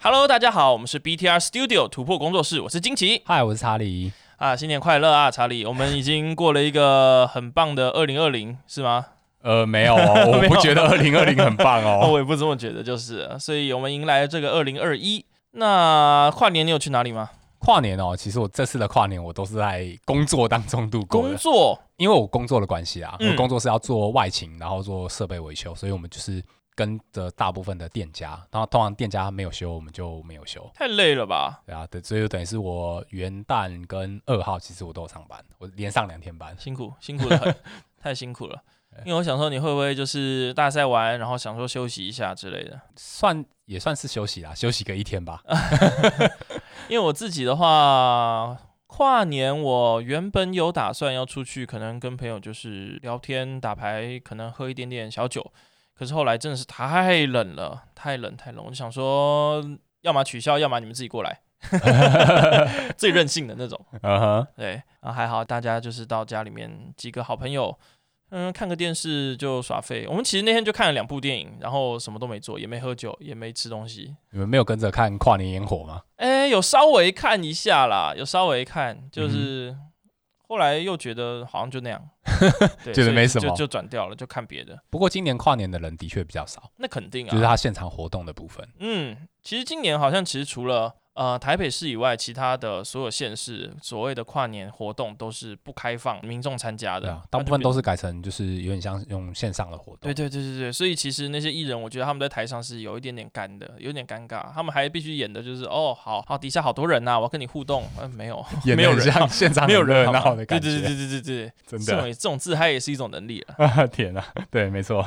Hello，大家好，我们是 BTR Studio 突破工作室，我是金奇嗨，我是查理。啊，新年快乐啊，查理！我们已经过了一个很棒的二零二零，是吗？呃，没有哦， 我不觉得二零二零很棒哦， 哦。我也不这么觉得，就是了，所以我们迎来了这个二零二一。那跨年你有去哪里吗？跨年哦，其实我这次的跨年我都是在工作当中度过工的，作因为我工作的关系啊，嗯我工作是要做外勤，然后做设备维修，所以我们就是跟着大部分的店家，然后通常店家没有休，我们就没有休。太累了吧？对啊，对，所以就等于是我元旦跟二号其实我都有上班，我连上两天班。辛苦，辛苦的很，太辛苦了。因为我想说，你会不会就是大赛完，然后想说休息一下之类的？算也算是休息啦，休息个一天吧。因为我自己的话，跨年我原本有打算要出去，可能跟朋友就是聊天、打牌，可能喝一点点小酒。可是后来真的是太冷了，太冷太冷，我就想说，要么取消，要么你们自己过来，最任性的那种。 嗯哼，对啊，还好大家就是到家里面几个好朋友，嗯，看个电视就耍废。我们其实那天就看了两部电影，然后什么都没做，也没喝酒，也没吃东西。你们没有跟着看跨年烟火吗？哎，有稍微看一下啦，有稍微看，嗯就是、后来又觉得好像就 那样，对觉所得以没就什么就就转掉了，就看别的。不过今年跨年的人的确比较少，那肯定啊，就是他现场活动的部分。嗯，其实今年好像其实除了呃台北市以外，其他的所有县市所谓的跨年活动都是不开放民众参加对的啊，，大部分都是改成就是有点像用线上的活动。对对对对对，所以其实那些艺人，我觉得他们在台上是有一点点干的，有点尴尬，他们还必须演的就是哦，好好，底下好多人呐、我要跟你互动，嗯、没 有，也没有人啊像现 场没有人很热好吗闹对的感觉，对对对对对对，真这种的也这种自嗨也是一种能力了。啊， 天啊，对，没错。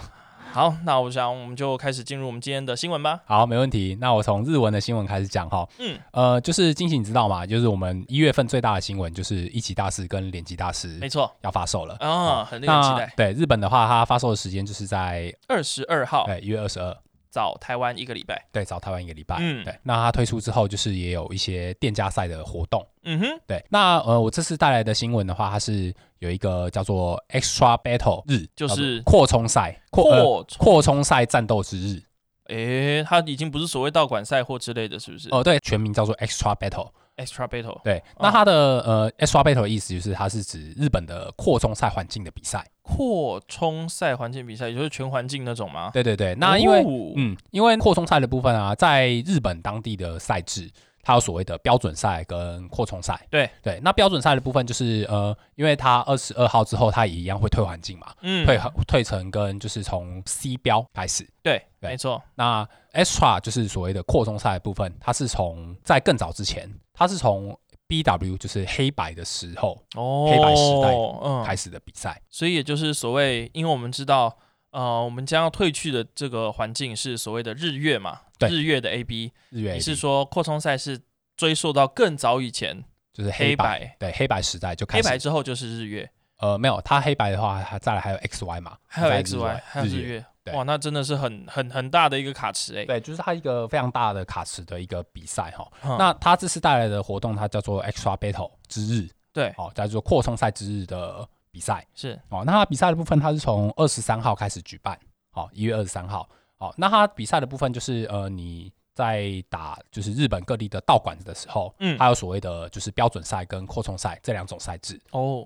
好，那我想我们就开始进入我们今天的新闻吧。好，没问题。那我从日文的新闻开始讲哈，嗯，呃，就是惊喜，你知道吗？就是我们一月份最大的新闻就是一级大师跟联级大师没错要发售了。啊，很令人期那待。对日本的话，它发售的时间就是在二十二号对一月二十二，早台湾一个礼拜。对，早台湾一个礼拜。嗯哎对，那它推出之后，就是也有一些店家赛的活动。嗯哼，对，那呃，我这次带来的新闻的话，它是有一个叫做 Extra Battle 日，就是叫做扩充赛，扩呃扩充，扩充赛战斗之日。诶，它已经不是所谓道馆赛或之类的，是不是哦、对，全名叫做 Extra Battle。 ？Extra battle 对，那它的、呃 Extra Battle 的意思就是它是指日本的扩充赛环境的比赛。扩充赛环境比赛，也就是全环境那种吗？对对对，那因为、哦嗯，因为扩充赛的部分啊，在日本当地的赛制，它有所谓的标准赛跟扩充赛。对对，那标准赛的部分就是呃，因为它二十二号之后，它也一样会退环境嘛，嗯退退成跟就是从 C 标开始。对，对没错，那 extra 就是所谓的扩充赛的部分，它是从在更早之前，它是从 BW 就是黑白的时候哦，黑白时代嗯，开始的比赛。所以也就是所谓，因为我们知道，呃，我们将要退去的这个环境是所谓的日月嘛，对日月的 AB，日月你是 AB 说扩充赛是追溯到更早以前，就是黑黑白白，对黑白时代就黑开白始。之后就是日月，呃，没有，它黑白的话，它再来还有 XY 嘛，还有再来就是 XY，还有日日月。月，对哇，那真的是很很很大的一个卡池哎、对，就是它一个非常大的卡池的一个比赛哈。嗯那它这次带来的活动，它叫做 Extra Battle 之日，对，哦，叫做扩充赛之日的比赛。是，哦，那它比赛的部分，它是从二十三号开始举办，好、一月二十三号。好、那它比赛的部分就是呃，你在打就是日本各地的道馆子的时候，嗯它有所谓的就是标准赛跟扩充赛这两种赛制。哦，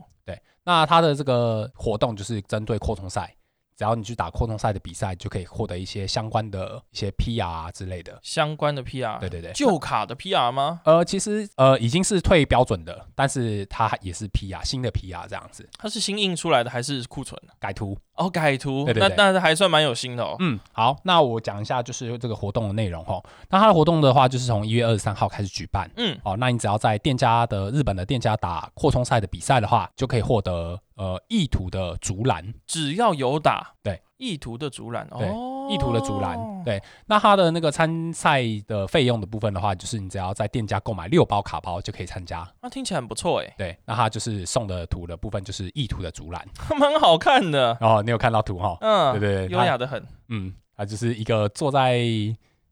那它的这个活动就是针对扩充赛，只要你去打扩充赛的比赛，就可以获得一些相关的一些 PR 啊之类的。相关的 PR，对对对，旧卡的 PR 吗？呃，其实呃已经是退标准的，但是它也是 PR 新的 PR 这样子它是新印出来的还是库存？改图。哦，改图，对对对那那还算蛮有心的哦。嗯，好，那我讲一下就是这个活动的内容吼。那它的活动的话，就是从一月二十三号开始举办。嗯，哦，那你只要在店家的日本的店家打扩充赛的比赛的话，就可以获得呃意图的竹篮，只要有打，对，意图的竹篮，对哦，意图的竹篮。，对，那它的那个参赛的费用的部分的话，就是你只要在店家购买六包卡包就可以参加。那听起来很不错哎，对，那它就是送的图的部分就是意图的竹篮。 蛮好看的，哦，你有看到图哈？嗯，对对对优雅的很，嗯，它就是一个坐在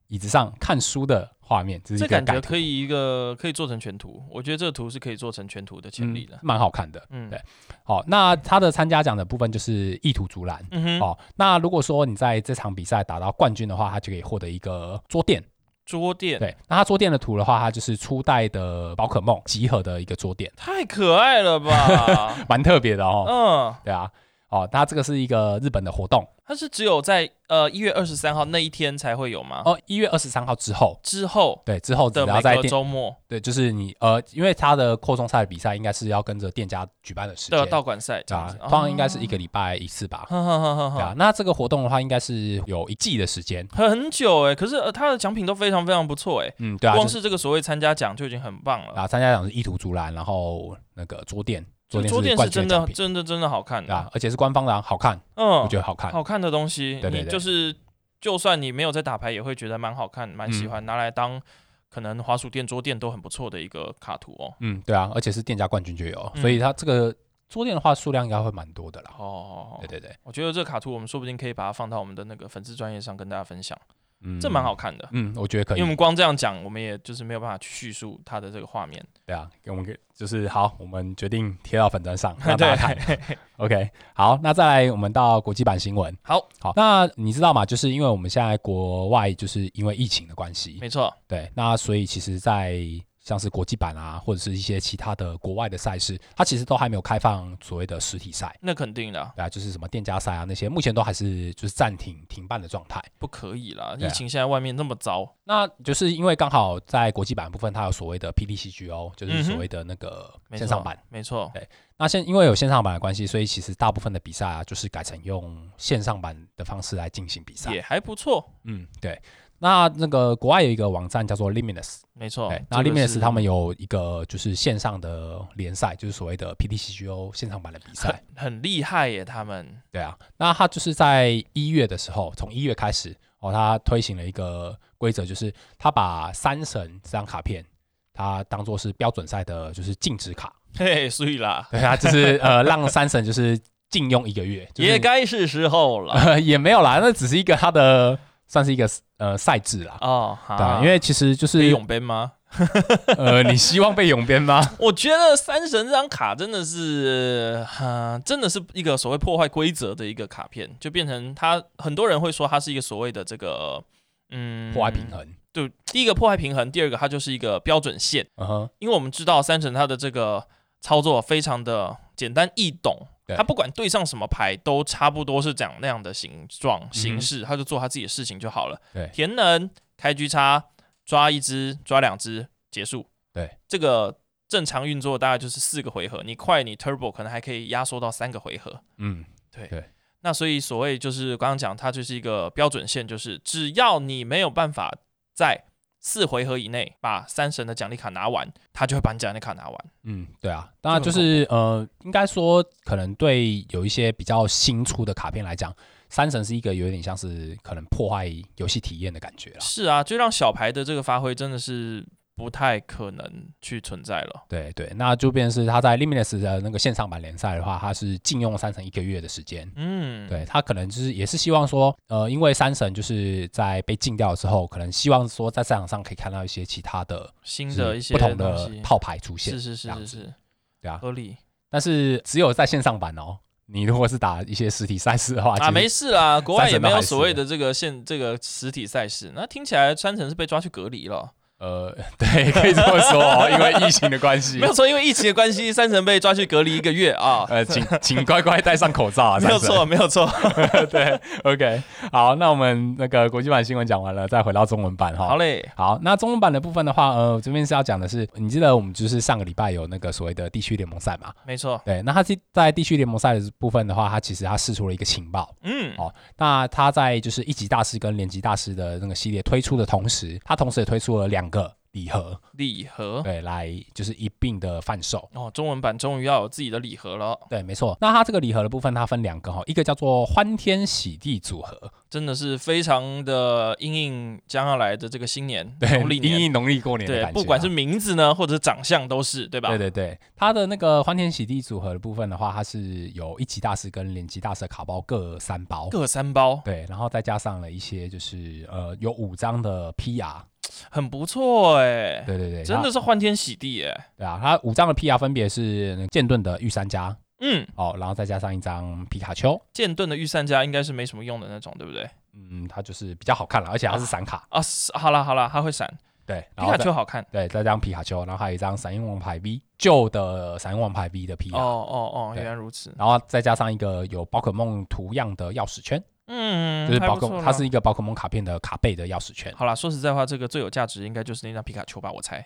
椅子上看书的画面，这是这一个感觉改可以一个可以做成全图，我觉得这个图是可以做成全图的潜力嗯的，蛮好看的。嗯，对好、那它的参加奖的部分就是意图竹篮。嗯哼，哦，那如果说你在这场比赛打到冠军的话，他就可以获得一个桌垫。桌垫，对，那它桌垫的图的话，它就是初代的宝可梦集合的一个桌垫，太可爱了吧？蛮特别的 哦。嗯，对啊，哦，它这个是一个日本的活动，它是只有在呃一月二十三号那一天才会有吗？哦，一月二十三号之后，之后对，之后只的要每在个店，周末对，就是你呃，因为它的扩充赛的比赛应该是要跟着店家举办的时的间，道馆赛这对样啊子，，通常应该是一哦，嗯个礼拜一次吧。哼哼 哼哼对啊哼，，那这个活动的话，应该是有一季的时间。很久哎、可是呃它的奖品都非常非常不错哎、嗯，对啊，光就是是这个所谓参加奖就已经很棒了。啊，参加奖是意图竹篮，然后那个桌垫，这桌个桌垫是垫冠是军真的的奖品，真的真的好看对啊，而且是官方的啊，好看，嗯，我觉得好看。好看的东西，对对你对就是就算你没有在打牌，也会觉得蛮好看，蛮嗯喜欢，拿来当可能滑鼠垫、桌垫都很不错的一个卡图哦。嗯，对啊，而且是店家冠军就有，嗯所以它这个桌垫的话数量应该会蛮多的啦。哦对，对对，我觉得这个卡图我们说不定可以把它放到我们的那个粉丝专业上跟大家分享，嗯，这蛮好。看的。嗯，我觉得可因以为我。们光这样讲，我们也就是没有办法去叙述它的这个 画面。对啊，给我们给就是好，我们决定贴到粉砖 上让大家看。OK，好，那再来我们到国际版新闻。好，好，那你知道吗？就是因为我们现在国外就是因为疫情的关系，没错，对，那所以其实，在像是国际版啊，或者是一些其他的国外的赛事，它其实都还没有开放所谓的实体赛。那肯定的啊，对啊，就是什么店家赛啊那些，目前都还是就是暂停停办的状态。不可以啦！对疫啊情现在外面那么糟，那就是因为刚好在国际版部分，它有所谓的 PDCGO，就嗯是哼所谓的那个没线错上版。，没错，那现因为有线上版的关系，所以其实大部分的比赛啊，就是改成用线上版的方式来进行比赛。也还不错，嗯，对。那那个国外有一个网站叫做 Liminus，没错对，。这哎那个 Liminus 是他们有一个就是线上的联赛，就是所谓的 PDCGO 线上版的比 赛。很很厉害耶，他 们对啊，那他就是在一月的时候，从一月开始哦，他推行了一个规则，就是他把三神这张卡片，它当做是标准赛的，就是禁止卡，嘿，所以啦， 对啊， 就是呃让三神就是禁用一个月，就是、 呃也该是时候了也没有啦，那只是一个他的算是一个呃赛制啦。哦，哈对啊，因为其实就被是永编吗？呃，你希望被永编吗？我觉得三神这张卡真的是，呃，真的是一个所谓破坏规则的一个卡片，就变成它很多人会说它是一个所谓的这个，嗯， 破坏平。衡，对，第一个破坏平衡，第二个它就是一个标准线，嗯哼，因为我们知道三神它的这个操作非常的简单易懂。对它不管对上什么牌，都差不多是长那样的形状形式，它就做它自己的事情就好了。嗯对填能开狙叉，抓一只，抓两只，结束。对，这个正常运作大概就是四个回合，你快你 Turbo 可能还可以压缩到三个回合。嗯，对对那所以所谓就是刚刚讲，它就是一个标准线，就是只要你没有办法在四回合以内把三神的奖励卡拿完，他就会把你奖励卡拿完。嗯，对啊，那这就个很是呃，应该说，可能对有一些比较新出的卡片来讲，三神是一个有点像是可能破坏游戏体验的感觉啦。是啊，就让小牌的这个发挥真的是不太可能去存在了。对对，那就变成是他在 Limitless 的那个线上版联赛的话，他是禁用三神一个月的时间。嗯，对他可能就是也是希望说，呃，因为三神就是在被禁掉之后，可能希望说在赛场上可以看到一些其他的新就的是一些不同东的西套牌出现是，是是这是样是，对啊。合理但是只有在线上版哦，你如果是打一些实体赛事的话，其啊，实没事啦，国外三也神没都有还是所谓的这个现这个实体赛事。那听起来三城是被抓去隔离了，呃， 对，可以这么说哦，因为疫情的关系 没，有错，因为疫情的关系，三城被抓去隔离一个月啊。 呃，请请乖乖戴上口罩 啊，没有三错，没有错。神， 对，OK，好，那我们那个国际版新闻讲完了，再回到中文版哈。好嘞，好，那中文版的部分的话，呃，我这边是要讲的是，你记得我们就是上个礼拜有那个所谓的地区联盟赛嘛？没错，对，那它是在地区联盟赛的部分的话，它其实它试出了一个情报。嗯，哦那它在就是一级大师跟联级大师的那个系列推出的同时，它同时也推出了两个礼盒，礼盒对，来就是一并的贩售。哦，中文版终于要有自己的礼盒了，对，没错。那它这个礼盒的部分，它分两个哈，一个叫做欢天喜地组合，真的是非常的因应将要来的这个新年对农历，因年，应农历过年的对感觉啊、，不管是名字呢，或者是长相都是，对吧？对对对，它的那个欢天喜地组合的部分的话，它是有一级大师跟两级大师的卡包各三包。各三包，对，然后再加上了一些，就是呃，有五张的 PR，很不错哎，对对对，真的是欢天喜地哎。它对啊，它五张的 PR 分别是那个剑盾的御三家嗯，哦，然后再加上一张皮卡丘，剑盾的御三家应该是没什么用的那种，对不对？嗯，它就是比较好看了，而且它是闪卡，啊，是好啦好啦，它会闪，对，皮然后卡再丘好看。对，再张皮卡丘，然后还有一张闪印王牌 V，旧的闪印王牌 V 的皮哦卡，哦哦，对啊原来如此。然后再加上一个有宝可梦图样的钥匙圈，嗯，就是还宝不可错啦梦，它是一个宝可梦卡片的卡背的钥匙 ，圈好啦，说实在话，这个最有价值应该就是那张皮卡丘吧，我猜。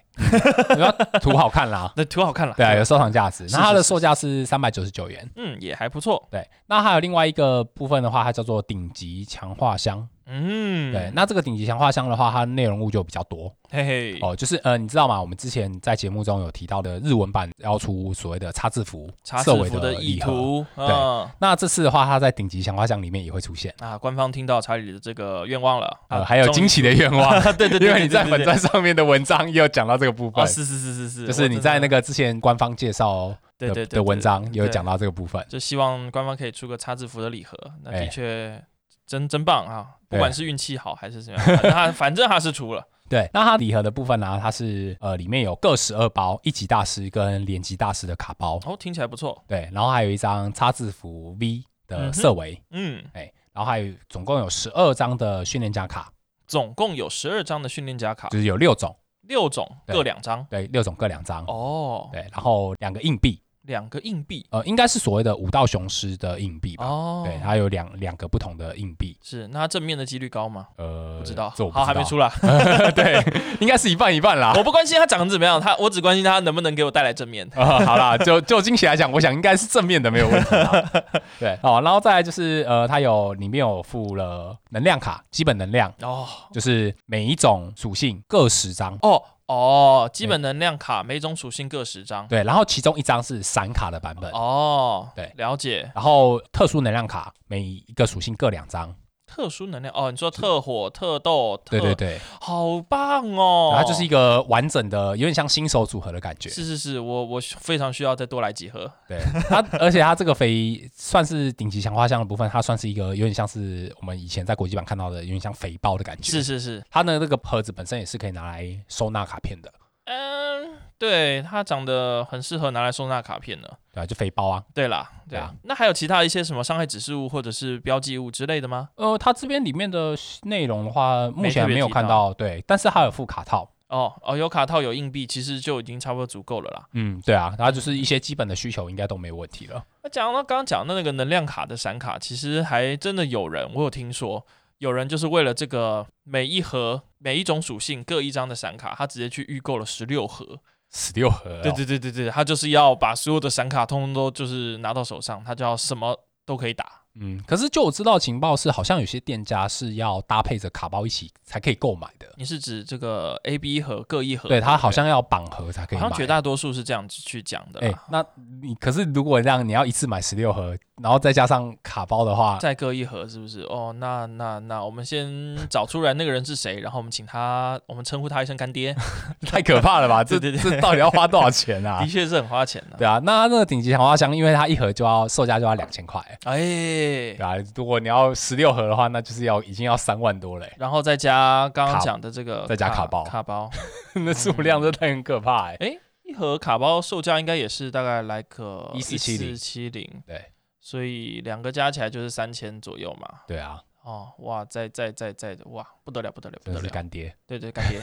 然后图好看啦，那图好看了。对啊，有收藏价值。是那它是的是售价是三百九十九元。嗯，也还不错。对，那还有另外一个部分的话，它叫做顶级强化箱。嗯，对，，那这个顶级强化箱的话，它内容物就比较多嘿嘿，哦，就是呃，你知道吗？我们之前在节目中有提到的日文版要出所谓的差字符、查字色尾符的意礼盒。图，对嗯那这次的话，它在顶级强化箱里面也会出现，啊，官方听到查理的这个愿望了，啊呃，还有惊喜的愿望，终于 对对对对， 因为你在对对粉对砖上面的文章也有讲到这个部分啊，，是是是是是，就是你在那个个之前官方介绍哦对对的对的文，章对也有讲到这个部分对。就希望官方可以出个差字符的礼盒，那哎的确真真棒啊！不对管是运气好还是怎么样，反正他反正他是出了，对，那它礼盒的部分呢、它是呃里面有各十二包一级大师跟连级大师的卡包，哦，听起来不错，对，然后还有一张叉字符 V 嗯的哼色围，嗯，哎、然后还有总共有十二张的训练家卡，总共有十二张的训练家卡，就是有六种，六种对各两张，对，六种各两张，哦，对，然后两个硬币，两个硬币，呃，应该是所谓的武道雄狮的硬币吧，哦，对，它有两两个不同的硬币，是，那它正面的几率高吗？呃，不知道，这我不好，还知没道出啦。 对，应该是一半一半啦。 我不关心它长得怎么样，它我只关心它能不能给我带来正面。 啊、好啦，就就惊喜来讲，我想应该是正面的没有问 题啦。对，哦，然后再来就是呃，它有里面有附了能量卡，基本能量哦就是每一种属性各十张，哦哦，基本能量卡每种属性各十张。对，然后其中一张是闪卡的版本，哦，对了解。然后特殊能量卡每一个属性各两张，特殊能量哦，你说特火、特斗、特对对对，好棒哦！它就是一个完整的，有点像新手组合的感觉。是是是，我我非常需要再多来几盒。 对它，而且它这个肥算是顶级强化箱的部分，它算是一个有点像是我们以前在国际版看到的，有点像肥包的感觉。是是是，它的那个盒子本身也是可以拿来收纳卡片的，嗯，对，它长得很适合拿来收纳卡片呢。对吧、就肥包啊。对啦，对对啊。那还有其他一些什么伤害指示物或者是标记物之类的吗？呃，它这边里面的内容的话，目特前别没有提看到到，对，但是它有附卡套。哦哦，有卡套有硬币，其实就已经差不多足够了啦。嗯，对啊，它就是一些基本的需求应该都没问题了。那讲到刚刚讲的那个能量卡的闪卡，其实还真的有人，我有听说有人就是为了这个每一盒每一种属性各一张的闪卡，他直接去预购了十六盒。哦十六盒、对，对对对对，他就是要把所有的闪卡通通都就是拿到手上，他就要什么都可以打。嗯，可是就我知道情报是，好像有些店家是要搭配着卡包一起才可以购买的，你是指这个 A、B 盒各一盒？对，它不好像要绑盒才可以好买。像绝大多数是这样子去讲的哎、啦。那你可是如果让你要一次买十六盒，然后再加上卡包的 话，再各一盒是不是？哦，那那那我们先找出来那个人是谁，然后我们请他，我们称呼他一声干爹，太可怕了吧？这对对这到底要花多少钱啊 的？确是很花钱的、对啊，那那个顶级强化箱，因为它一盒就要售价就要两千块，啊哎对，啊，如果你要十六盒的话，那就是要已经要三万多嘞， 然后再加刚刚卡讲的这个，再加卡包卡包那数量真的很可怕嗯哎。一盒卡包售价应该也是大概来个1470七零，对，所以两个加起来就是三千左右嘛。对啊，哦，哇，再再再再哇，不得了，不得了，不真得的是了，干爹对对， 干爹，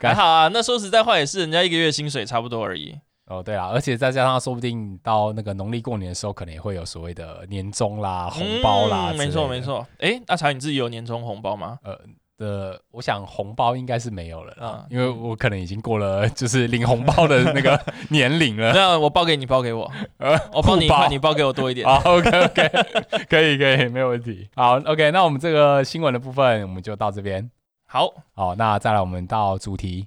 还好啊。那说实在话，也是人家一个月薪水差不多而已。哦。对啊，而且再加上说不定到那个农历过年的时候，可能也会有所谓的年终啦、啊红包啦、嗯没错没。错。哎，那查你自己有年终红包 吗？呃的，我想红包应该是没有了啦，啊因为我可能已经过了 就是领红包的那 个年龄了。呃那我包给你，包给我，我帮 你互包啊看，你包给我多一点。好 ，OK OK，可以可以，没有问题。好，OK，那我们这个新闻的部分我们就到这边。好，好，那再来我们到主题。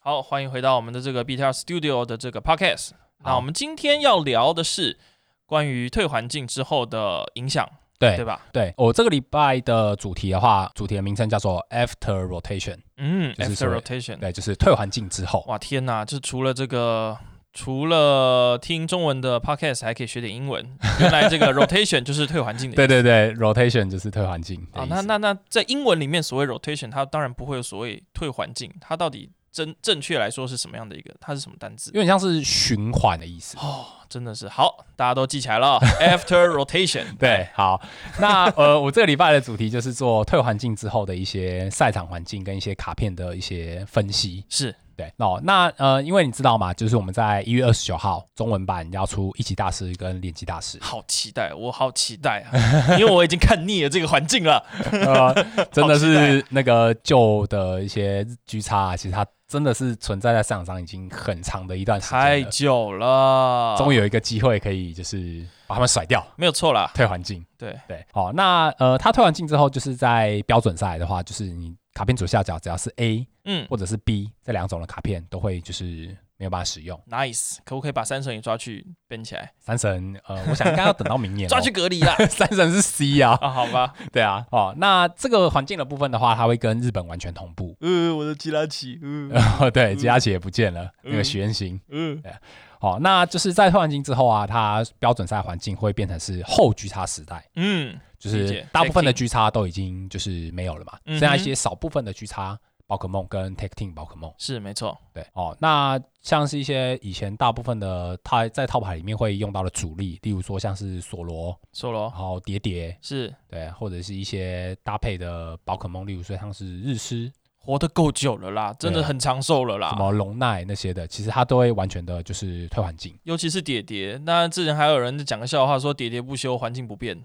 好，欢迎回到我们的这个 BTR Studio 的这个 podcast。那好我们今天要聊的是关于退环境之后的影响，对对吧？对，我这个礼拜的主题的话，主题的名称叫做 After Rotation，嗯就是，after 所谓 rotation，对，就是退环境之后。哇，天哪！这除了这个，除了听中文的 podcast，还可以学点英文。原来这个 rotation 就是退环境的。对对对，rotation 就是退环境的啊，意那思那那在英文里面，所谓 rotation，它当然不会有所谓退环境，它到底正正确来说是什么样的一个，它是什么单字有？点像是循环的意思。哦，真的是好，大家都记起来了。After 啊 rotation， 对，好，那呃，我这个礼拜的主题就是做退环境之后的一些赛场环境跟一些卡片的一些分析。是，对，哦，那呃，因为你知道嘛，就是我们在一月二十九号中文版要出一级大师跟联级大师 好期待，我好期待啊，因为我已经看腻了这个环境 了。呃，真好的期是那个旧的一些居差、啊，其实它真的是存在在市场上已经很长的一段时太间了，久了，终于于有一个机会可以就是把它们甩掉。没有错啦。退环境，对对，好，那呃，它退环境之后，就是在标准赛的话，就是你卡片左下角只要是 A 嗯或者是 B 这两种的卡片，都会就是没有办法使用。 ，nice，可不可以把三神也抓去编起来，三神，呃，我想应该要等到明年、 抓去。隔离 啦？三神是 C 啊，啊，好吧，对啊，哦，那这个环境的部分的话，它会跟日本完全同步。 呃，我的吉拉奇，呃呃，对，吉拉奇也不见了，那嗯个许愿星。呃， 哦，那就是在退环境之后啊，它标准赛环境会变成是后居差时代。嗯，就理是解大部分的 Tag team 居差都已经就是没有了嘛，嗯哼剩下一些少部分的居差宝可梦跟 Tag Team 宝可梦，是没错，对哦，那像是一些以前大部分的它在套牌里面会用到的主力，例如说像是索罗，梭罗然后叠叠，哦是对，或者是一些搭配的宝可梦，例如说像是日狮、活得够久了啦，真的对啊很长寿了啦什。么龙奈那些的，其实它都会完全的就是退环境，尤其是爹爹，那之前还有人讲个笑话，说爹爹不休，环境不变。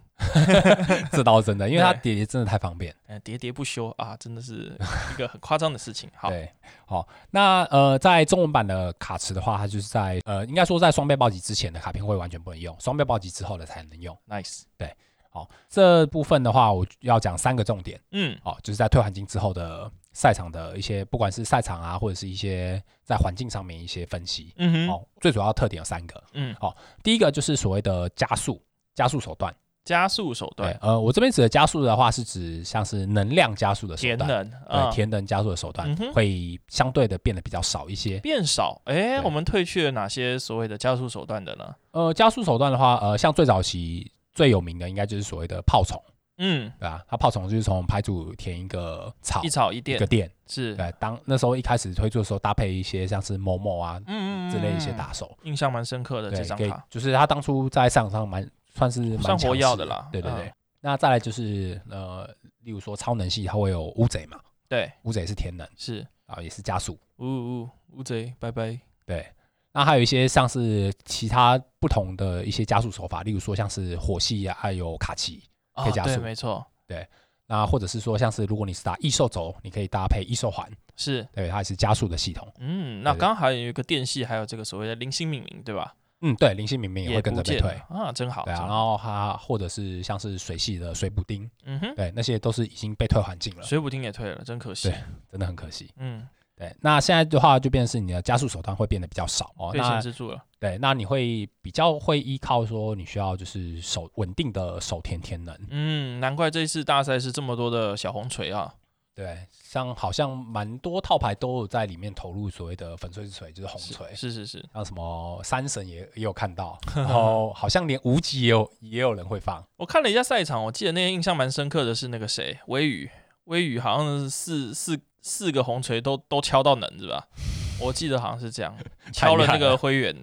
这倒是真的，因为它对叠叠真的太方便。呃，喋喋不休啊，真的 是一个很夸张的事情。好，对，好、那呃，在中文版的卡池的话，它就是在呃，应该说在双倍暴击之前的卡片会完全不能用，双倍暴击之后的才能用。 nice，好、这部分的话，我要讲三个重点，嗯，哦，就是在退环境之后的赛场的一些，不管是赛场啊，或者是一些在环境上面一些分析。嗯哼，哦，最主要特点有三个，嗯，第一个就是所谓的加速。加速手段，加速手段，呃，我这边指的加速的话，是指像是能量加速的手节段，能啊对，，填能加速的手段、嗯哼会相对的变得比较少一些。变少。哎，对我们退去了哪些所谓的加速手段的呢？呃，加速手段的话，呃，像最早期最有名的应该就是所谓的炮虫，嗯，对吧、它炮虫就是从牌组填一个草一草一一电个电，是，对，当那时候一开始推出的时候，搭配一些像是某某啊嗯之类一些，打手，印象蛮深刻的这对，张给卡，就是它当初在市场上蛮算是蛮算活强势跃的啦对对嗯对。那再来就是呃，例如说超能系，它会有乌贼嘛，对，乌贼是天能是，啊，也是加速，呜呜乌贼，拜拜。对。那还有一些像是其他不同的一些加速手法，例如说像是火系啊，还有卡奇，啊可以加对，速没错，那或者是说，像是如果你是打异兽轴，你可以搭配异兽环，是，对，它也是加速的系统。嗯，那对对刚刚还有一个电系，还有这个所谓的零星命名，对吧？嗯，对，灵性明明也会跟不着见被推。了啊，真好。对啊，真然好后它或者是像是水系的水补丁，嗯哼，对，那些都是已经被退环境了，水补丁也退了，真可惜对。真的很可惜。嗯，对，那现在的话就变成是你的加速手段会变得比较少哦。被限那制住了。对，那你会比较会依靠说你需要就是手稳定的手填天能，嗯，难怪这一次大赛是这么多的小红锤啊。对，像好像蛮多套牌都有在里面投入所谓的粉碎之锤，就是红是锤，是是是，像什么三神也也有看 到，然后好像连无极也有也有人会放，我看了一下赛场，我记得那天印象蛮深刻的是那个谁，微雨，微雨好像是四四四个红锤都都敲到能是 吧？我记得好像是这样，敲了那个灰原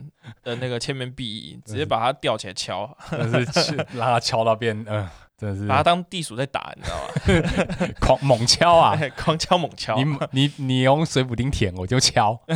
的那个千面碧翼，嗯直接把它吊起来敲， 真的是让他敲到变， 嗯、真把它的当地鼠在打，你知 道吗？是狂猛敲 啊！狂敲猛敲你。你你用水补丁舔我就敲， 就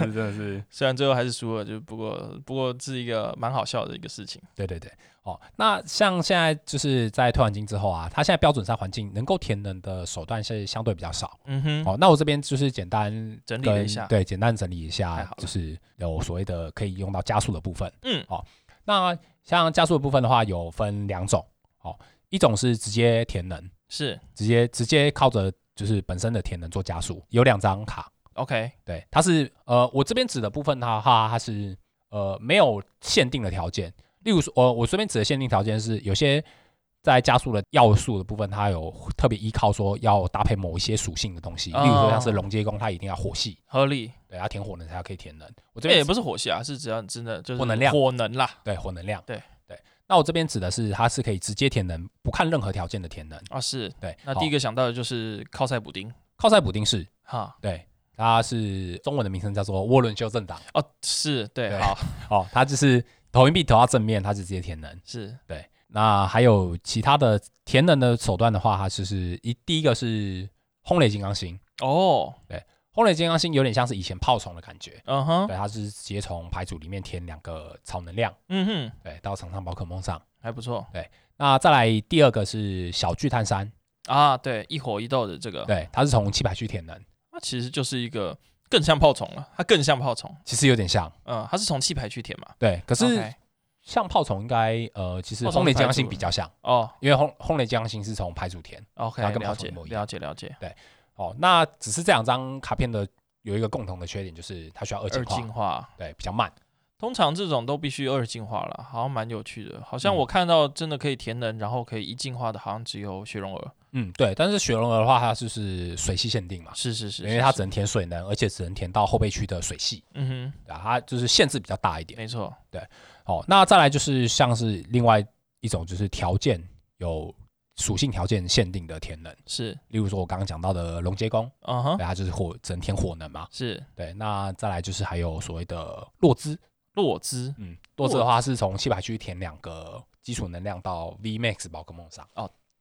是真的是，虽然最后还是输了，就不过不过是一个蛮好笑的一个事情。 对对对，哦，那像现在就是在退环境之后啊，它现在标准赛环境能够填能的手段是相对比较少。嗯哼，哦，那我这边就是简单整理了一跟下对，简单整理一太下好了，就是有所谓的可以用到加速的部分。嗯哦，那像加速的部分的话，有分两种，哦，一种是直接填能，是直接直接靠着就是本身的填能做加速，有两张卡， OK，对，它是呃，我这边指的部分它它它是呃没有限定的条件，例如说，我我这边指的限定条件是有些。在加速的要素的部分，它有特别依靠说要搭配某一些属性的东西，例如说像是哦龙接工，它一定要火系，合理。对，它填火能才可以填能。我这这边也不是火系啊，是只要你真的就是火能量火能啦对火能量，对对。那我这边指的是它是可以直接填能，不看任何条件的填能。啊是。对，那第一个个想到的就是靠塞补丁靠塞补丁是，哈，对，它是中文的名称叫做涡轮修正档哦，是对，对好哦，它就是投硬币投到正面，它是直接填能。是那还有其他的填能的手段的话，它就是一第一个是轰雷金刚星，哦，轰雷金刚星有点像是以前炮虫的感觉，嗯哼，对，它是直接从牌组里面填两个超能量，嗯哼，对，到场上宝可梦上。还不错那再来第二个是小巨蛋山，啊，对，一火一豆的这个，对，它是从七百去填能，它其实就是一个更像炮虫了，它更像炮虫，其实有点像，嗯，它是从气牌去填嘛，对，可是 OK 像炮虫应该呃，其实炮虫轰雷金刚是星排除的比较像，哦因为轰轰雷金刚星是从牌组填。 ，OK，它跟了炮虫解一模一样了解了解，哦，那只是这两张卡片的有一个共同的缺点，就是它需要二进二化，进化，对，比较慢。通常这种都必须二进化了，好像蛮有趣的。好像嗯我看到真的可以填能，然后可以一进化的，好像只有雪容儿。嗯，对。但是雪龙儿的话，它就是水系限定嘛，是是是，因为是它是只能填水能，而且只能填到后备区的水系，嗯对啊，它就是限制比较大一哼，点。没错，哦，那再来就是像是另外一种就是条件有属性条件限定的填能，是，例如说我刚刚讲到的龙接弓，嗯哼对，，它就是火只能填火能嘛。是对，那再来就是还有所谓的洛兹，洛兹。嗯，洛兹的话是从七百区填两个基础能量到 V Max 宝可梦上，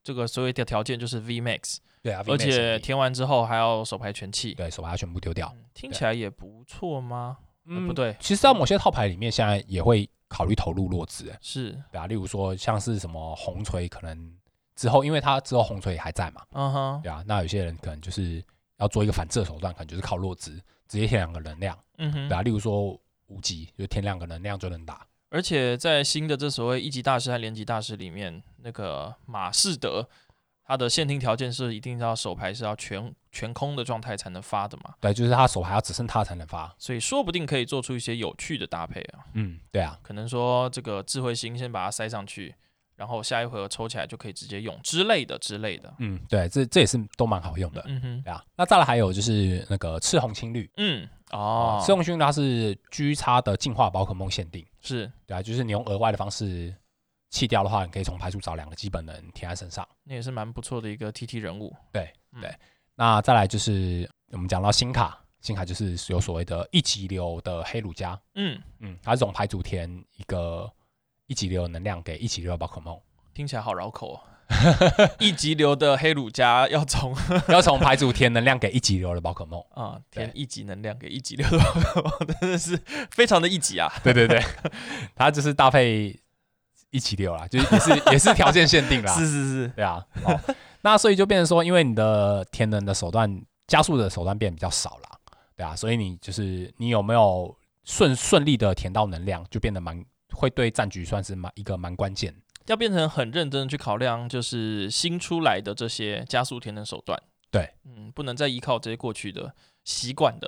这个所谓的条件就是 V Max，对啊，而 VMAX 且限定填完之后还要手牌全弃，对手把它全部丢掉，嗯听起来也不错吗？嗯呃不对，其实，在某些套牌里面，现在也会考虑投入洛兹，欸是，对啊，例如说像是什么红锤，可能之后因为它之后红锤也还在嘛，嗯哼，对啊，那有些人可能就是要做一个反射手段，可能就是靠洛兹直接填两个能量，嗯对哼。啊，例如说无极就填两个能量就能打，而且在新的这所谓一级大师和连级大师里面，那个马士德，他的限定条件是一定要手牌是要全全空的状态才能发的嘛。对，就是他手牌要只剩他才能发，所以说不定可以做出一些有趣的搭配啊。嗯，对啊，可能说这个智慧星先把它塞上去，然后下一回合抽起来就可以直接用之类的之类的。嗯，对，这这也是都蛮好用的，嗯哼，对啊，那再来还有就是那个赤红青绿。嗯，哦哦，，赤红青绿它是 G 叉的进化宝可梦限定，是对啊，就是你用额外的方式弃掉的话，你可以从牌组找两个基本能填在身上。那也是蛮不错的一个 TT 人物。嗯那再来就是我们讲到新卡，新卡就是有所谓的一级流的黑鲁加，嗯，嗯，它是从牌组填一个一级流的能量给一级流的宝可梦， 听起来好绕口哦。 一级流的黑鲁加要从要从牌组填能量给一级流的宝可梦。啊对填一级能量给一级流的宝可梦， 真的是非常的一级啊。 对对对，它就是搭配一级流啦，就是也 是也是条件限定啦。是是是，对啊，哦，那所以就变成说，因为你的填能的手段加速的手段变比较少啦，对啊，所以你就是你有没有顺顺利的填到能量，就变得蛮会对战局算是蛮一个蛮关键。要变成很认真的去考量，就是新出来的这些加速填能手段。对，嗯，不能再依靠这些过去的习惯的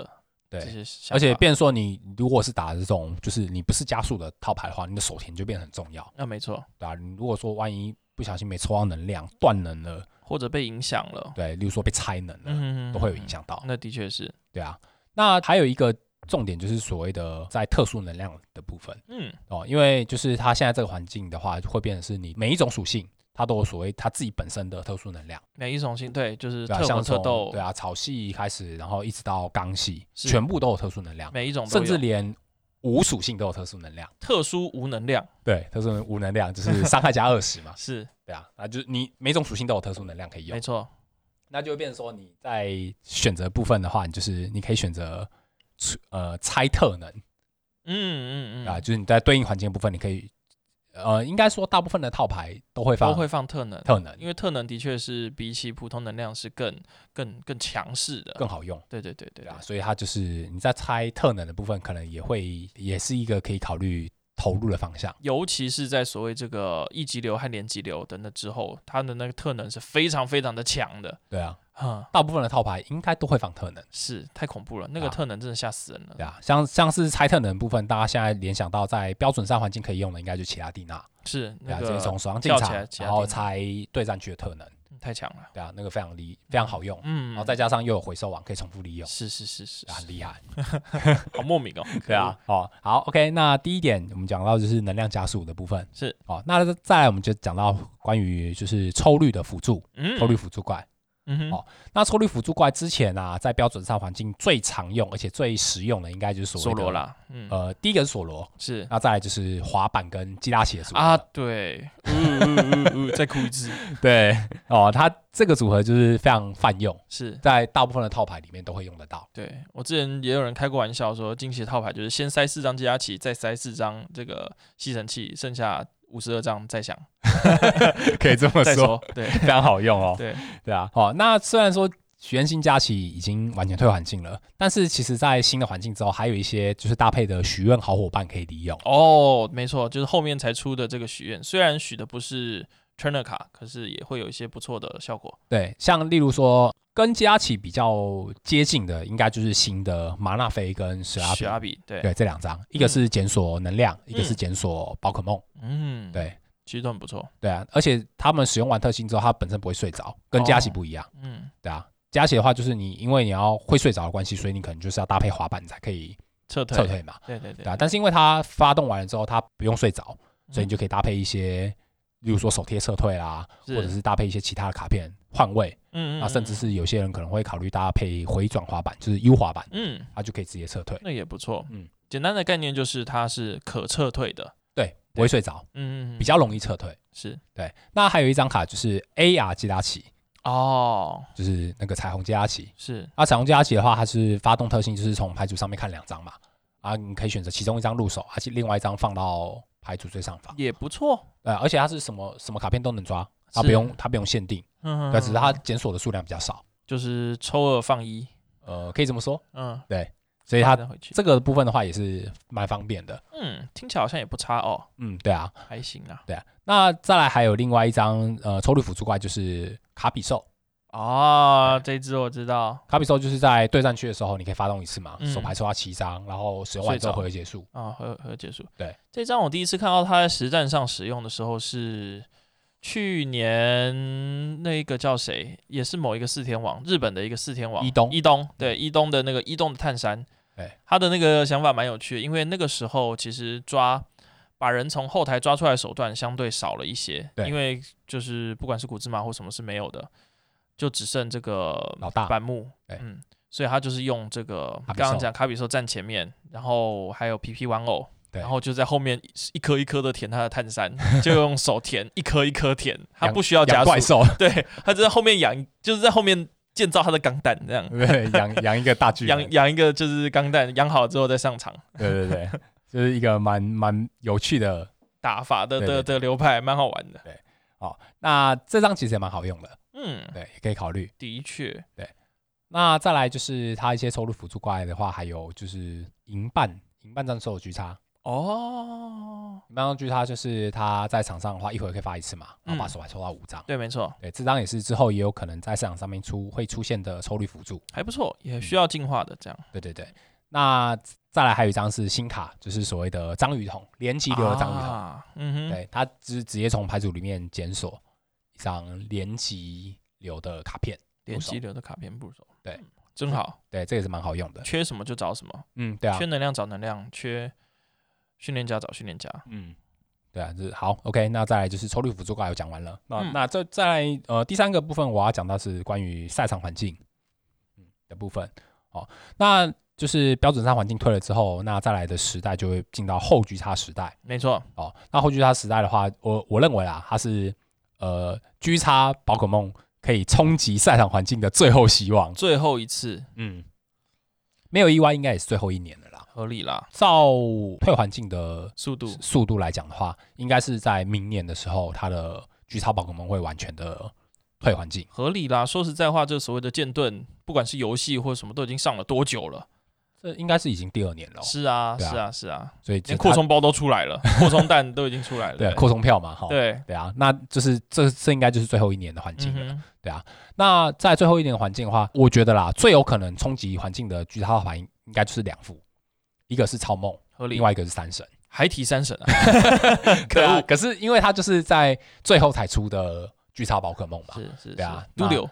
这对，些想法，而且变成说你如果是打这种就是你不是加速的套牌的话，你的手填就变得很重要，啊，没错，对啊，你如果说万一不小心没抽到能量断能了，或者被影响了，对，例如说被拆能了，嗯都会有影。响到，那的确是，对啊。那还有一个重点就是所谓的在特殊能量的部分。嗯，哦，因为就是它现在这个环境的话，会变成是你每一种属性它都有所谓它自己本身的特殊能量，每一种性对，就是对啊，特像火特从斗，对啊，草系开始，然后一直到钢系，是全部都有特殊能量，每一种都甚至有连无属性都有特殊能量。特殊无能量对，特殊能无能量就是伤害加二十嘛， 是对啊，那就是你每种属性都有特殊能量可以用没，错，那就会变成说你在选择部分的话，你就是你可以选择呃猜特能。嗯嗯啊，嗯，就是你在对应环境的部分，你可以，呃，应该说大部分的套牌都会都放会放特能，特能，因为特能的确是比起普通能量是更更更强势的，更好用，对对对对对对啊，所以它就是你在猜特能的部分，可能也会也是一个可以考虑投入的方向。尤其是在所谓这个一级流和连级流等等之后，它的那个特能是非常非常的强的，对啊，哈，大部分的套牌应该都会放特能，是太恐怖了，那个啊特能真的吓死人了。对啊，像像是猜特能的部分，大家现在联想到在标准上环境可以用的，应该就奇拉蒂娜，是对那啊，直接个从手上进跳起场来，奇拉然后蒂娜猜对战区的特能，嗯太强了，对啊，那个非常厉非常好用，嗯，哦然后再加上又有回收网可以重复利用，是是是是对，啊很厉害。好莫名哦， 对啊，哦，好，OK，那第一点我们讲到就是能量加速的部分，是哦，那再来我们就讲到关于就是抽率的辅助，可恶，嗯，抽率辅助怪，嗯哼，哦那抽离辅助怪之前啊，在标准上环境最常用而且最实用的，应该就是所梭谓的罗。啦，嗯，呃，第一个是索罗，是那再来就是滑板跟基拉奇的组合。啊，对，嗯嗯嗯嗯，再哭一 次，对，哦，它这个组合就是非常泛用，是。在大部分的套牌里面都会用得到。对我之前也有人开过玩笑说，惊奇套牌就是先塞四张加奇，再塞四张这个吸尘器，剩下五十二张再想 可以这么 再，说。对非常好用哦。对，对啊，哦，那虽然说原型假期已经完全退环境了，但是其实在新的环境之后，还有一些就是搭配的许愿好伙伴可以利用。哦，没错，就是后面才出的这个许愿，虽然许的不是 Turner 卡，可是也会有一些不错的效果。对，像例如说跟佳琪比较接近的，应该就是新的马纳菲跟史拉比许。阿比，嗯对，对，这两张，一个是检索能量，一个是嗯检索宝可梦。嗯，，对，其实都很不错。对啊，而且他们使用完特性之后，它本身不会睡着，跟佳琪哦不一样。嗯，对啊，佳琪的话就是你因为你要会睡着的关系，所以你可能就是要搭配滑板才可以撤退，撤退嘛。对对对对啊，但是因为它发动完了之后，它不用睡着，所以嗯你就可以搭配一些，例如说手贴撤退啦，或者是是搭配一些其他的卡片换位，嗯嗯，啊那甚至嗯是有些人可能会考虑搭配回转滑板，就是 U 滑板，嗯，它就可以直接撤退，那也不错。嗯嗯，简单的概念就是它是可撤退的。对，不会睡着，嗯，嗯嗯比较容易撤退。是对，那还有一张卡就是 AR 基拉奇，哦，就是那个彩虹基拉奇。是那彩虹基拉奇的话，它是发动特性，就是从牌组上面看两张嘛，啊，你可以选择其中一张入手，而且另外一张放到牌组最上方。也不错。呃，而且它是什么什么卡片都能抓，是它啊不用它不用限定，嗯，但只是它它检索的数量比较少，就是抽二放一，呃，可以这么说。嗯，所以它再回去。这个部分的话也是蛮方便的。嗯，听起来好像也不差哦，嗯，对啊，还行啊。对啊。那再来还有另外一张呃抽离辅助怪就是卡比兽，哦，这一只我知道。卡比兽就是在对战区的时候你可以发动一次嘛，嗯手牌抽到七张，然后使用完之睡后着回合结束。啊，和和结束。对，这张我第一次看到它在实战上使用的时候是去年那个叫谁，也是某一个四天王，日本的一个四天王伊东嗯伊东对伊东的那个伊东的探山，对他的那个想法蛮有趣的，因为那个时候其实抓。把人从后台抓出来的手段相对少了一些，对因为就是不管是古芝麻或什么是没有的，就只剩这个老大板木，对嗯，所以他就是用这个刚啊哎卡比兽刚讲卡比兽站前面，然后还有皮皮玩偶，对然后就在后面一一颗一颗的舔他的碳山，就用手舔一颗一颗舔，他养不需要加养速 怪，兽，对他就在后面养，就是在后面建造他的钢弹这样，对，养养一个大巨养人，养一个就是钢弹，养好之后再上场对 对对，就是一个蛮蛮有趣的打法的对的对的流派，蛮好玩的，哦。那这张其实也蛮好用的，嗯，对，也可以考虑。的确，那再来就是它一些抽入辅助怪的话，还有就是银半银半战兽巨叉，哦，银半战兽巨叉就是它在场上的话，一回合可以发一次嘛，然后把嗯手牌抽到五张。对，没错，对，这张也是之后也有可能在市场上面出会出现的抽率辅助。还不错，嗯也需要进化的这样，对对对，那再来还有一张是新卡，就是所谓的章鱼桶，连击流的章鱼桶。啊，嗯哼，对，它直直接从牌组里面检索一张连击流的卡片。连入手击流的卡片部首，对嗯，真好，对，这个是蛮好用的。缺什么就找什么。嗯，对啊缺，能量找能量，缺训练家找训练家。嗯，对啊，就是好，OK。那再来就是抽绿辅助怪，我讲完了。那、嗯那这再来呃第三个部分，我要讲到是关于赛场环境嗯的部分。哦，那就是标准赛环境退了之后，那再来的时代就会进到后局差时代。没错，哦，那后局差时代的话，我我认为啊，它是呃居差宝可梦可以冲击赛场环境的最后希望。最后一次嗯，没有意外，应该也是最后一年了啦。合理啦，照退环境的速度速度来讲的话，应该是在明年的时候，它的巨超宝可梦会完全的退环境。合理啦。说实在话，这所谓的剑盾，不管是游戏或者什么，都已经上了多久了？这应该是已经第二年了哦，是啊，对啊是啊，是啊，所以这连扩它充包都出来了，扩充弹都已经出来了。欸对啊扩充票嘛，哈，对，对啊，那就是这这应该就是最后一年的环境嗯了。哼，那在最后一年的环境的话，我觉得啦，最有可能冲击环境的巨超牌应该就是两副，一个是超梦，合理另。外一个是三 神。海体三神啊，可对啊，恶，可是因为它就是在最后才出的巨超宝可梦嘛，是是 对啊是，都那流，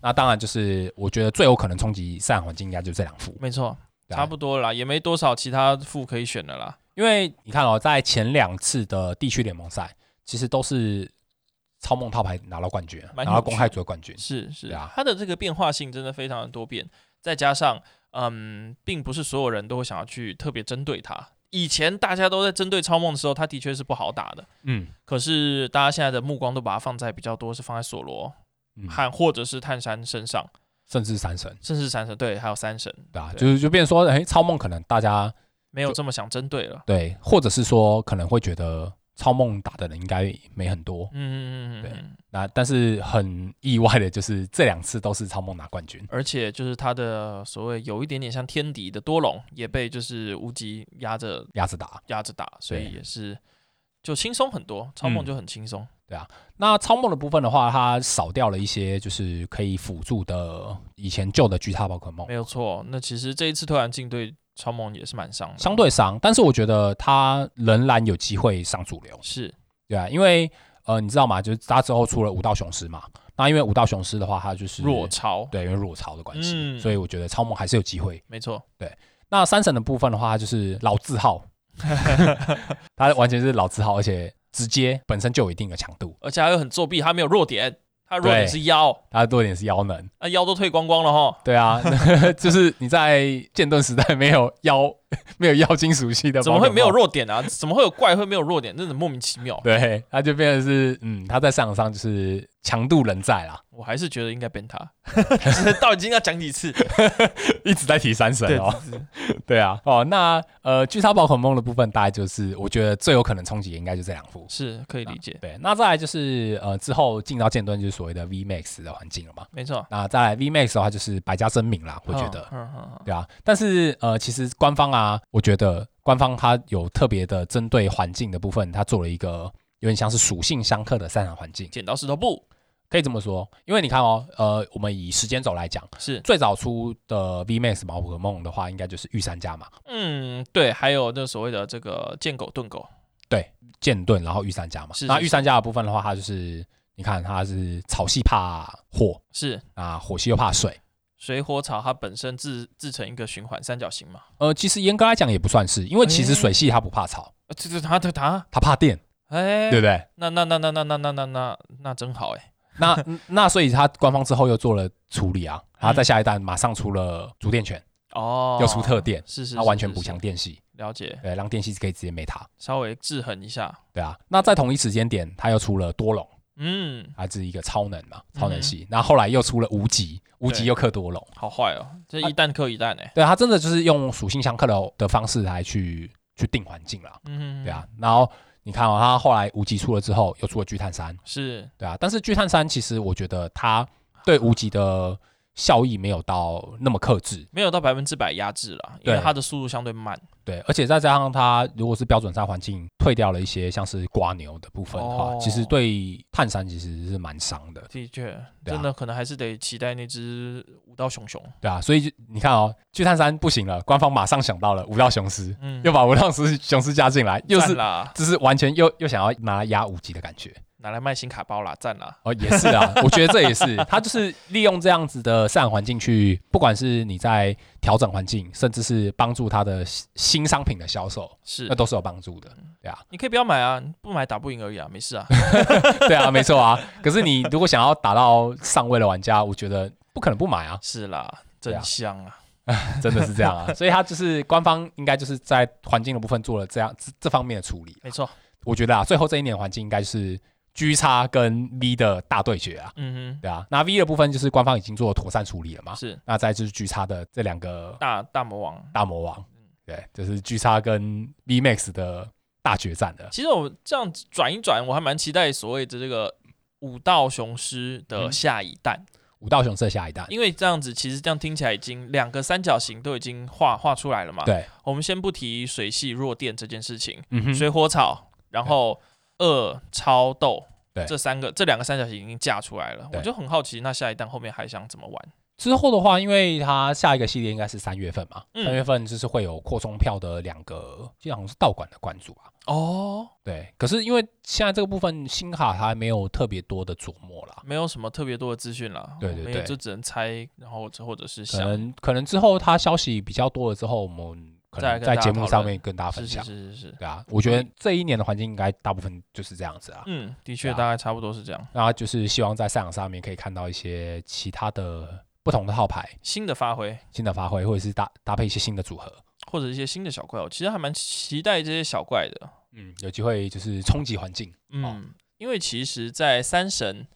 那当然就是我觉得最有可能冲击赛场环境应该就是这两副。没错，对啊差不多了啦，也没多少其他副可以选的啦。因为你看哦，在前两次的地区联盟赛，其实都是超梦套牌拿到冠军啊，蛮拿到有公趣开组的冠军。是是对啊它的这个变化性真的非常的多变，再加上嗯，并不是所有人都会想要去特别针对它。以前大家都在针对超梦的时候，它的确是不好打的，嗯可是大家现在的目光都把它放在比较多是放在索罗嗯，和或者是探山身上，甚至三神，甚至三神对，还有三神对吧、对就是就变成说，哎，超梦可能大家没有就这么想针对了。对，或者是说可能会觉得超梦打的人应该没很多。嗯嗯嗯嗯对嗯嗯，那但是很意外的就是这两次都是超梦拿冠军。而且就是它的所谓有一点点像天敌的多龙，也被就是无极压着鸭子打，压着打，所以对也是就轻松很多，超梦就很轻松。那超梦的部分的话，它少掉了一些就是可以辅助的以前旧的巨叉宝可梦没，有错，那其实这一次突然进对超梦也是蛮伤的，相对伤，但是我觉得它仍然有机会上主流，是对啊，因为呃你知道吗？就是它之后出了五道雄狮嘛，那因为五道雄狮的话，它就是弱，超，对，因为弱潮的关系，嗯所以我觉得超梦还是有机会。没错，那三神的部分的话，它就是老字 号，它完全是老字号，而且直接本身就有一定的强度，而且还有很作弊，他没有弱点，他弱点对是腰，它的弱点是腰能。那腰都退光光了哈。对啊， 就是你在剑盾时代没有妖没有妖精属性的，怎么会没有？弱点啊？怎么会有怪会没有弱点？真的莫名其妙。 对，他就变成是，嗯，他在上场上就是强度啊仍在啦，我还是觉得应该变他， 到底今天要讲几次？一直在提三神对，哦。只是对啊，哦，那呃，巨沙宝可梦的部分大概就是，我觉得最有可能冲击应该就这两副。是可以理解，对，那再来就是呃，之后进到剑盾就是所谓的 V Max 的环境了嘛。没错。那再来 V Max 的话就是百家争鸣啦，我觉嗯得。嗯嗯嗯，对啊，但是呃，其实官方啊，我觉得官方它有特别的针对环境的部分，它做了一个有点像是属性相克的三场环境，剪刀石头布可以这么说。因为你看哦，呃，我们以时间轴来讲，是，最早出的 VMAX 宝可梦的话，应该就是御三家嘛，嗯，对，还有那所谓的这个见狗炖狗，剑盾，然后御三家嘛。是那是御三家的部分的话，它就是你看它是草系怕火，是啊，火系又怕水。水火草它本身自自成一个循环三角形嘛。呃，其实严格来讲也不算是，因为其实哎水系它不怕草，呃这这它它它，它怕电，哎，对 不对？那那那那那那那那那那真好欸哎，那那所以他官方之后又做了处理啊，然后在下一代马上出了主电权，哦，又出特电，是是，它是完全补，是强是电系，了解，对，让电系可以直接没它，稍微制衡一下，对啊。那在同一时间点，他又出了多龙，嗯，还是一个超能嘛，超能系。那后来又出了无极，无极对又克多龙，好坏哦，这啊一蛋克一蛋哎，对，他真的就是用属性相克的的方式来去去定环境啦，嗯，对啊。然后你看哦，他后来无极出了之后，又出了巨碳三，是对啊。但是巨碳三其实我觉得它对无极的效益没有到那么克制。没有到百分之百压制了，因为对它的速度相对慢，对，啊而且再加上它如果是标准赛环境退掉了一些像是瓜牛的部分的话，哦其实对碳山其实是蛮伤的，的确，对啊真的可能还是得期待那只武道熊熊，对啊，所以就你看哦，巨碳山不行了，官方马上想到了五道雄狮，嗯，又把五道雄狮雄狮加进来，又赞是啦，就是完全又又想要拿来压五级的感觉。拿来卖新卡包啦，赞啦，哦，也是啊， 我觉得这也是他就是利用这样子的赛场环境去，不管是你在调整环境，甚至是帮助他的新新商品的销售，是那，都是有帮助的。你可以不要买啊，不买打不赢而已啊，没事 啊，对啊，没错啊。可是你如果想要打到上位的玩家，我觉得不可能不买啊，是啦，对啊真香啊，真的是这样啊。所以他就是官方应该就是在环境的部分做了这样这这方面的处理。没错，我觉得啊，最后这一年环境应该就是 G 叉跟 V 的大对决啊，嗯对啊。啊那 V 的部分就是官方已经做了妥善处理了嘛哼，，是那再就是 G 叉的这两个大大魔王，大魔王，嗯对，就是 G 叉跟 V Max 的大决战了。其实我这样子转一转，我还蛮期待所谓的这个武道雄狮嗯的下一代，五道雄社下一代，因为这样子其实这样听起来已经两个三角形都已经画画出来了嘛。，对，我们先不提水系弱电这件事情，嗯哼，水火草，然后二超斗。对这三个这两个三角形已经架出来了，对我就很好奇，那下一代后面还想怎么玩？之后的话，因为它下一个系列应该是三月份嘛，嗯三、月份就是会有扩充票的两个，基本上是道馆的馆主吧。哦，对，可是因为现在这个部分新卡它还没有特别多的琢磨啦，哦没有什么特别多的资讯啦，对对我们也对就只能猜，然后或者是啊可想，能可能之后它消息比较多了之后，我们可再来能跟在大家节目讨上论面跟大家是分是享。是是是，对啊，我觉得这一年的环境应该大部分就是这样子啊。嗯，的确对啊大概差不多是这样。那就是希望在赛场上面可以看到一些其他的不同的号牌、新的发挥新的发挥，或者是搭搭配一些新的组合。或者一些新的小怪，我其实还蛮期待这些小怪的。嗯，有机会就是冲击环境。嗯，因为其实，在三神，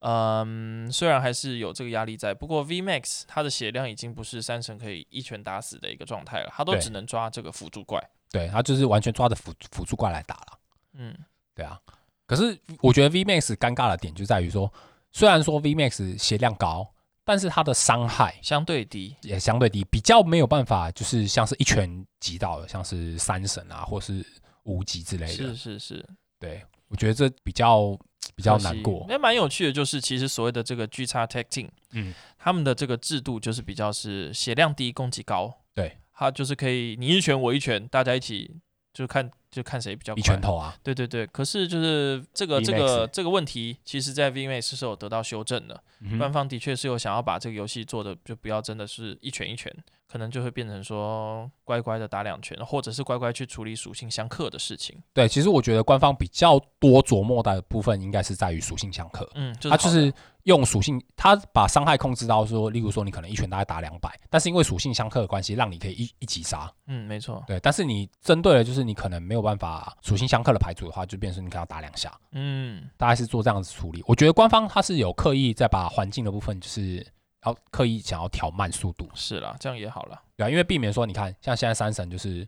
嗯，虽然还是有这个压力在，不过 V Max 它的血量已经不是三神可以一拳打死的一个状态了，它都对嗯只能抓这个辅助怪。对，他就是完全抓着辅辅助怪来打了。嗯，对啊，可是我觉得 V Max 尴尬的点就在于说，虽然说 V Max 血量高，但是它的伤害相对低。也相对低，比较没有办法就是像是一拳击倒的，像是三神啊，或是无极之类是的。是是，对，我觉得这比较比较难过。那蛮有趣的，就是其实所谓的这个 G 叉 Tag Team，嗯，他们的这个制度就是比较是血量低，攻击高。对，它就是可以你一拳我一拳，大家一起就看就看谁比较一快拳头啊，对对对，可是就是这个 VMAX 这个这个问题，其实在 VMAX 是有得到修正的。嗯官哼方的确是有想要把这个游戏做的，就不要真的是一拳一拳，可能就会变成说乖乖的打两拳，或者是乖乖去处理属性相克的事情。对，其实我觉得官方比较多琢磨的部分应该是在于属性相克。嗯，这他好啊就的是用属性，他把伤害控制到说，例如说你可能一拳大概打两百，但是因为属性相克的关系，让你可以一一击杀。嗯，没错，对，但是你针对的就是你可能没有办法属性相克的排除的话，就变成你可能要打两下，嗯，大概是做这样子处理。我觉得官方他是有刻意在把环境的部分，就是要刻意想要调慢速度，是啦，这样也好啦。对、啊，因为避免说你看像现在三神就是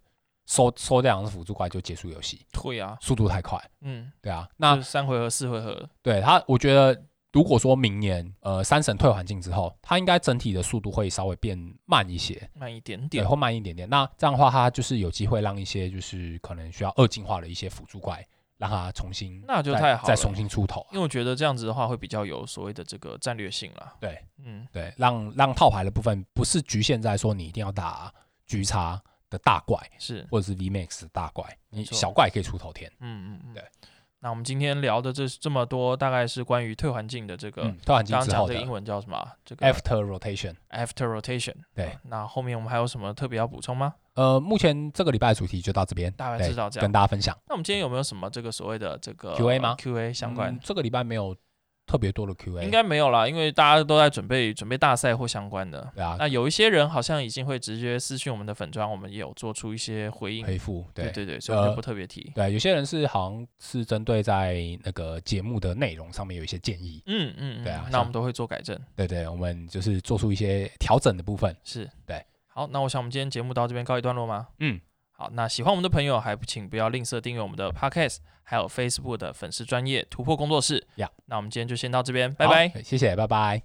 收收这两只辅助怪就结束游戏，对啊，速度太快，嗯，对啊，那那三回合、四回合，对他，我觉得如果说明年呃三省退环境之后，他应该整体的速度会稍微变慢一些，慢一点对，点。会慢一点点。那这样的话，他就是有机会让一些就是可能需要二进化的一些辅助怪，让他重新那就再太好再了重新出头啊、因为我觉得这样子的话，会比较有所谓的这个战略性啦。对嗯，对，让让套牌的部分不是局限在说你一定要打局差的大怪是，或者是 VMAX 的大怪，你没错小怪也可以出头天。嗯嗯嗯，对。那我们今天聊的这这么多，大概是关于退环境的这个，嗯，退环境刚刚之讲后这的个英文叫什么啊？这个 After Rotation。 after rotation。啊对，那后面我们还有什么特别要补充吗？呃，目前这个礼拜的主题就到这边，大概对知道这样跟。大家分享。那我们今天有没有什么这个所谓的这个 QA 吗？QA 相关嗯、这个礼拜没有特别多的 Q&A，应该没有啦，因为大家都在准备准备大赛或相关的。对啊，那有一些人好像已经会直接私讯我们的粉砖，我们也有做出一些回应。回复对对对对，所以我们呃就不特别提。对有些人是好像是针对在那个节目的内容上面有一些建议，嗯嗯，嗯对啊那我像们都会做改正。对对，我们就是做出一些调整的部分。是，对。好，那我想我们今天节目到这边告一段落吗？嗯，好，那喜欢我们的朋友还不请不要吝啬订阅我们的 Podcast，还有 Facebook 的粉丝专业突破工作室。呀那我们今天就先到这边，拜好拜。，谢谢，拜拜。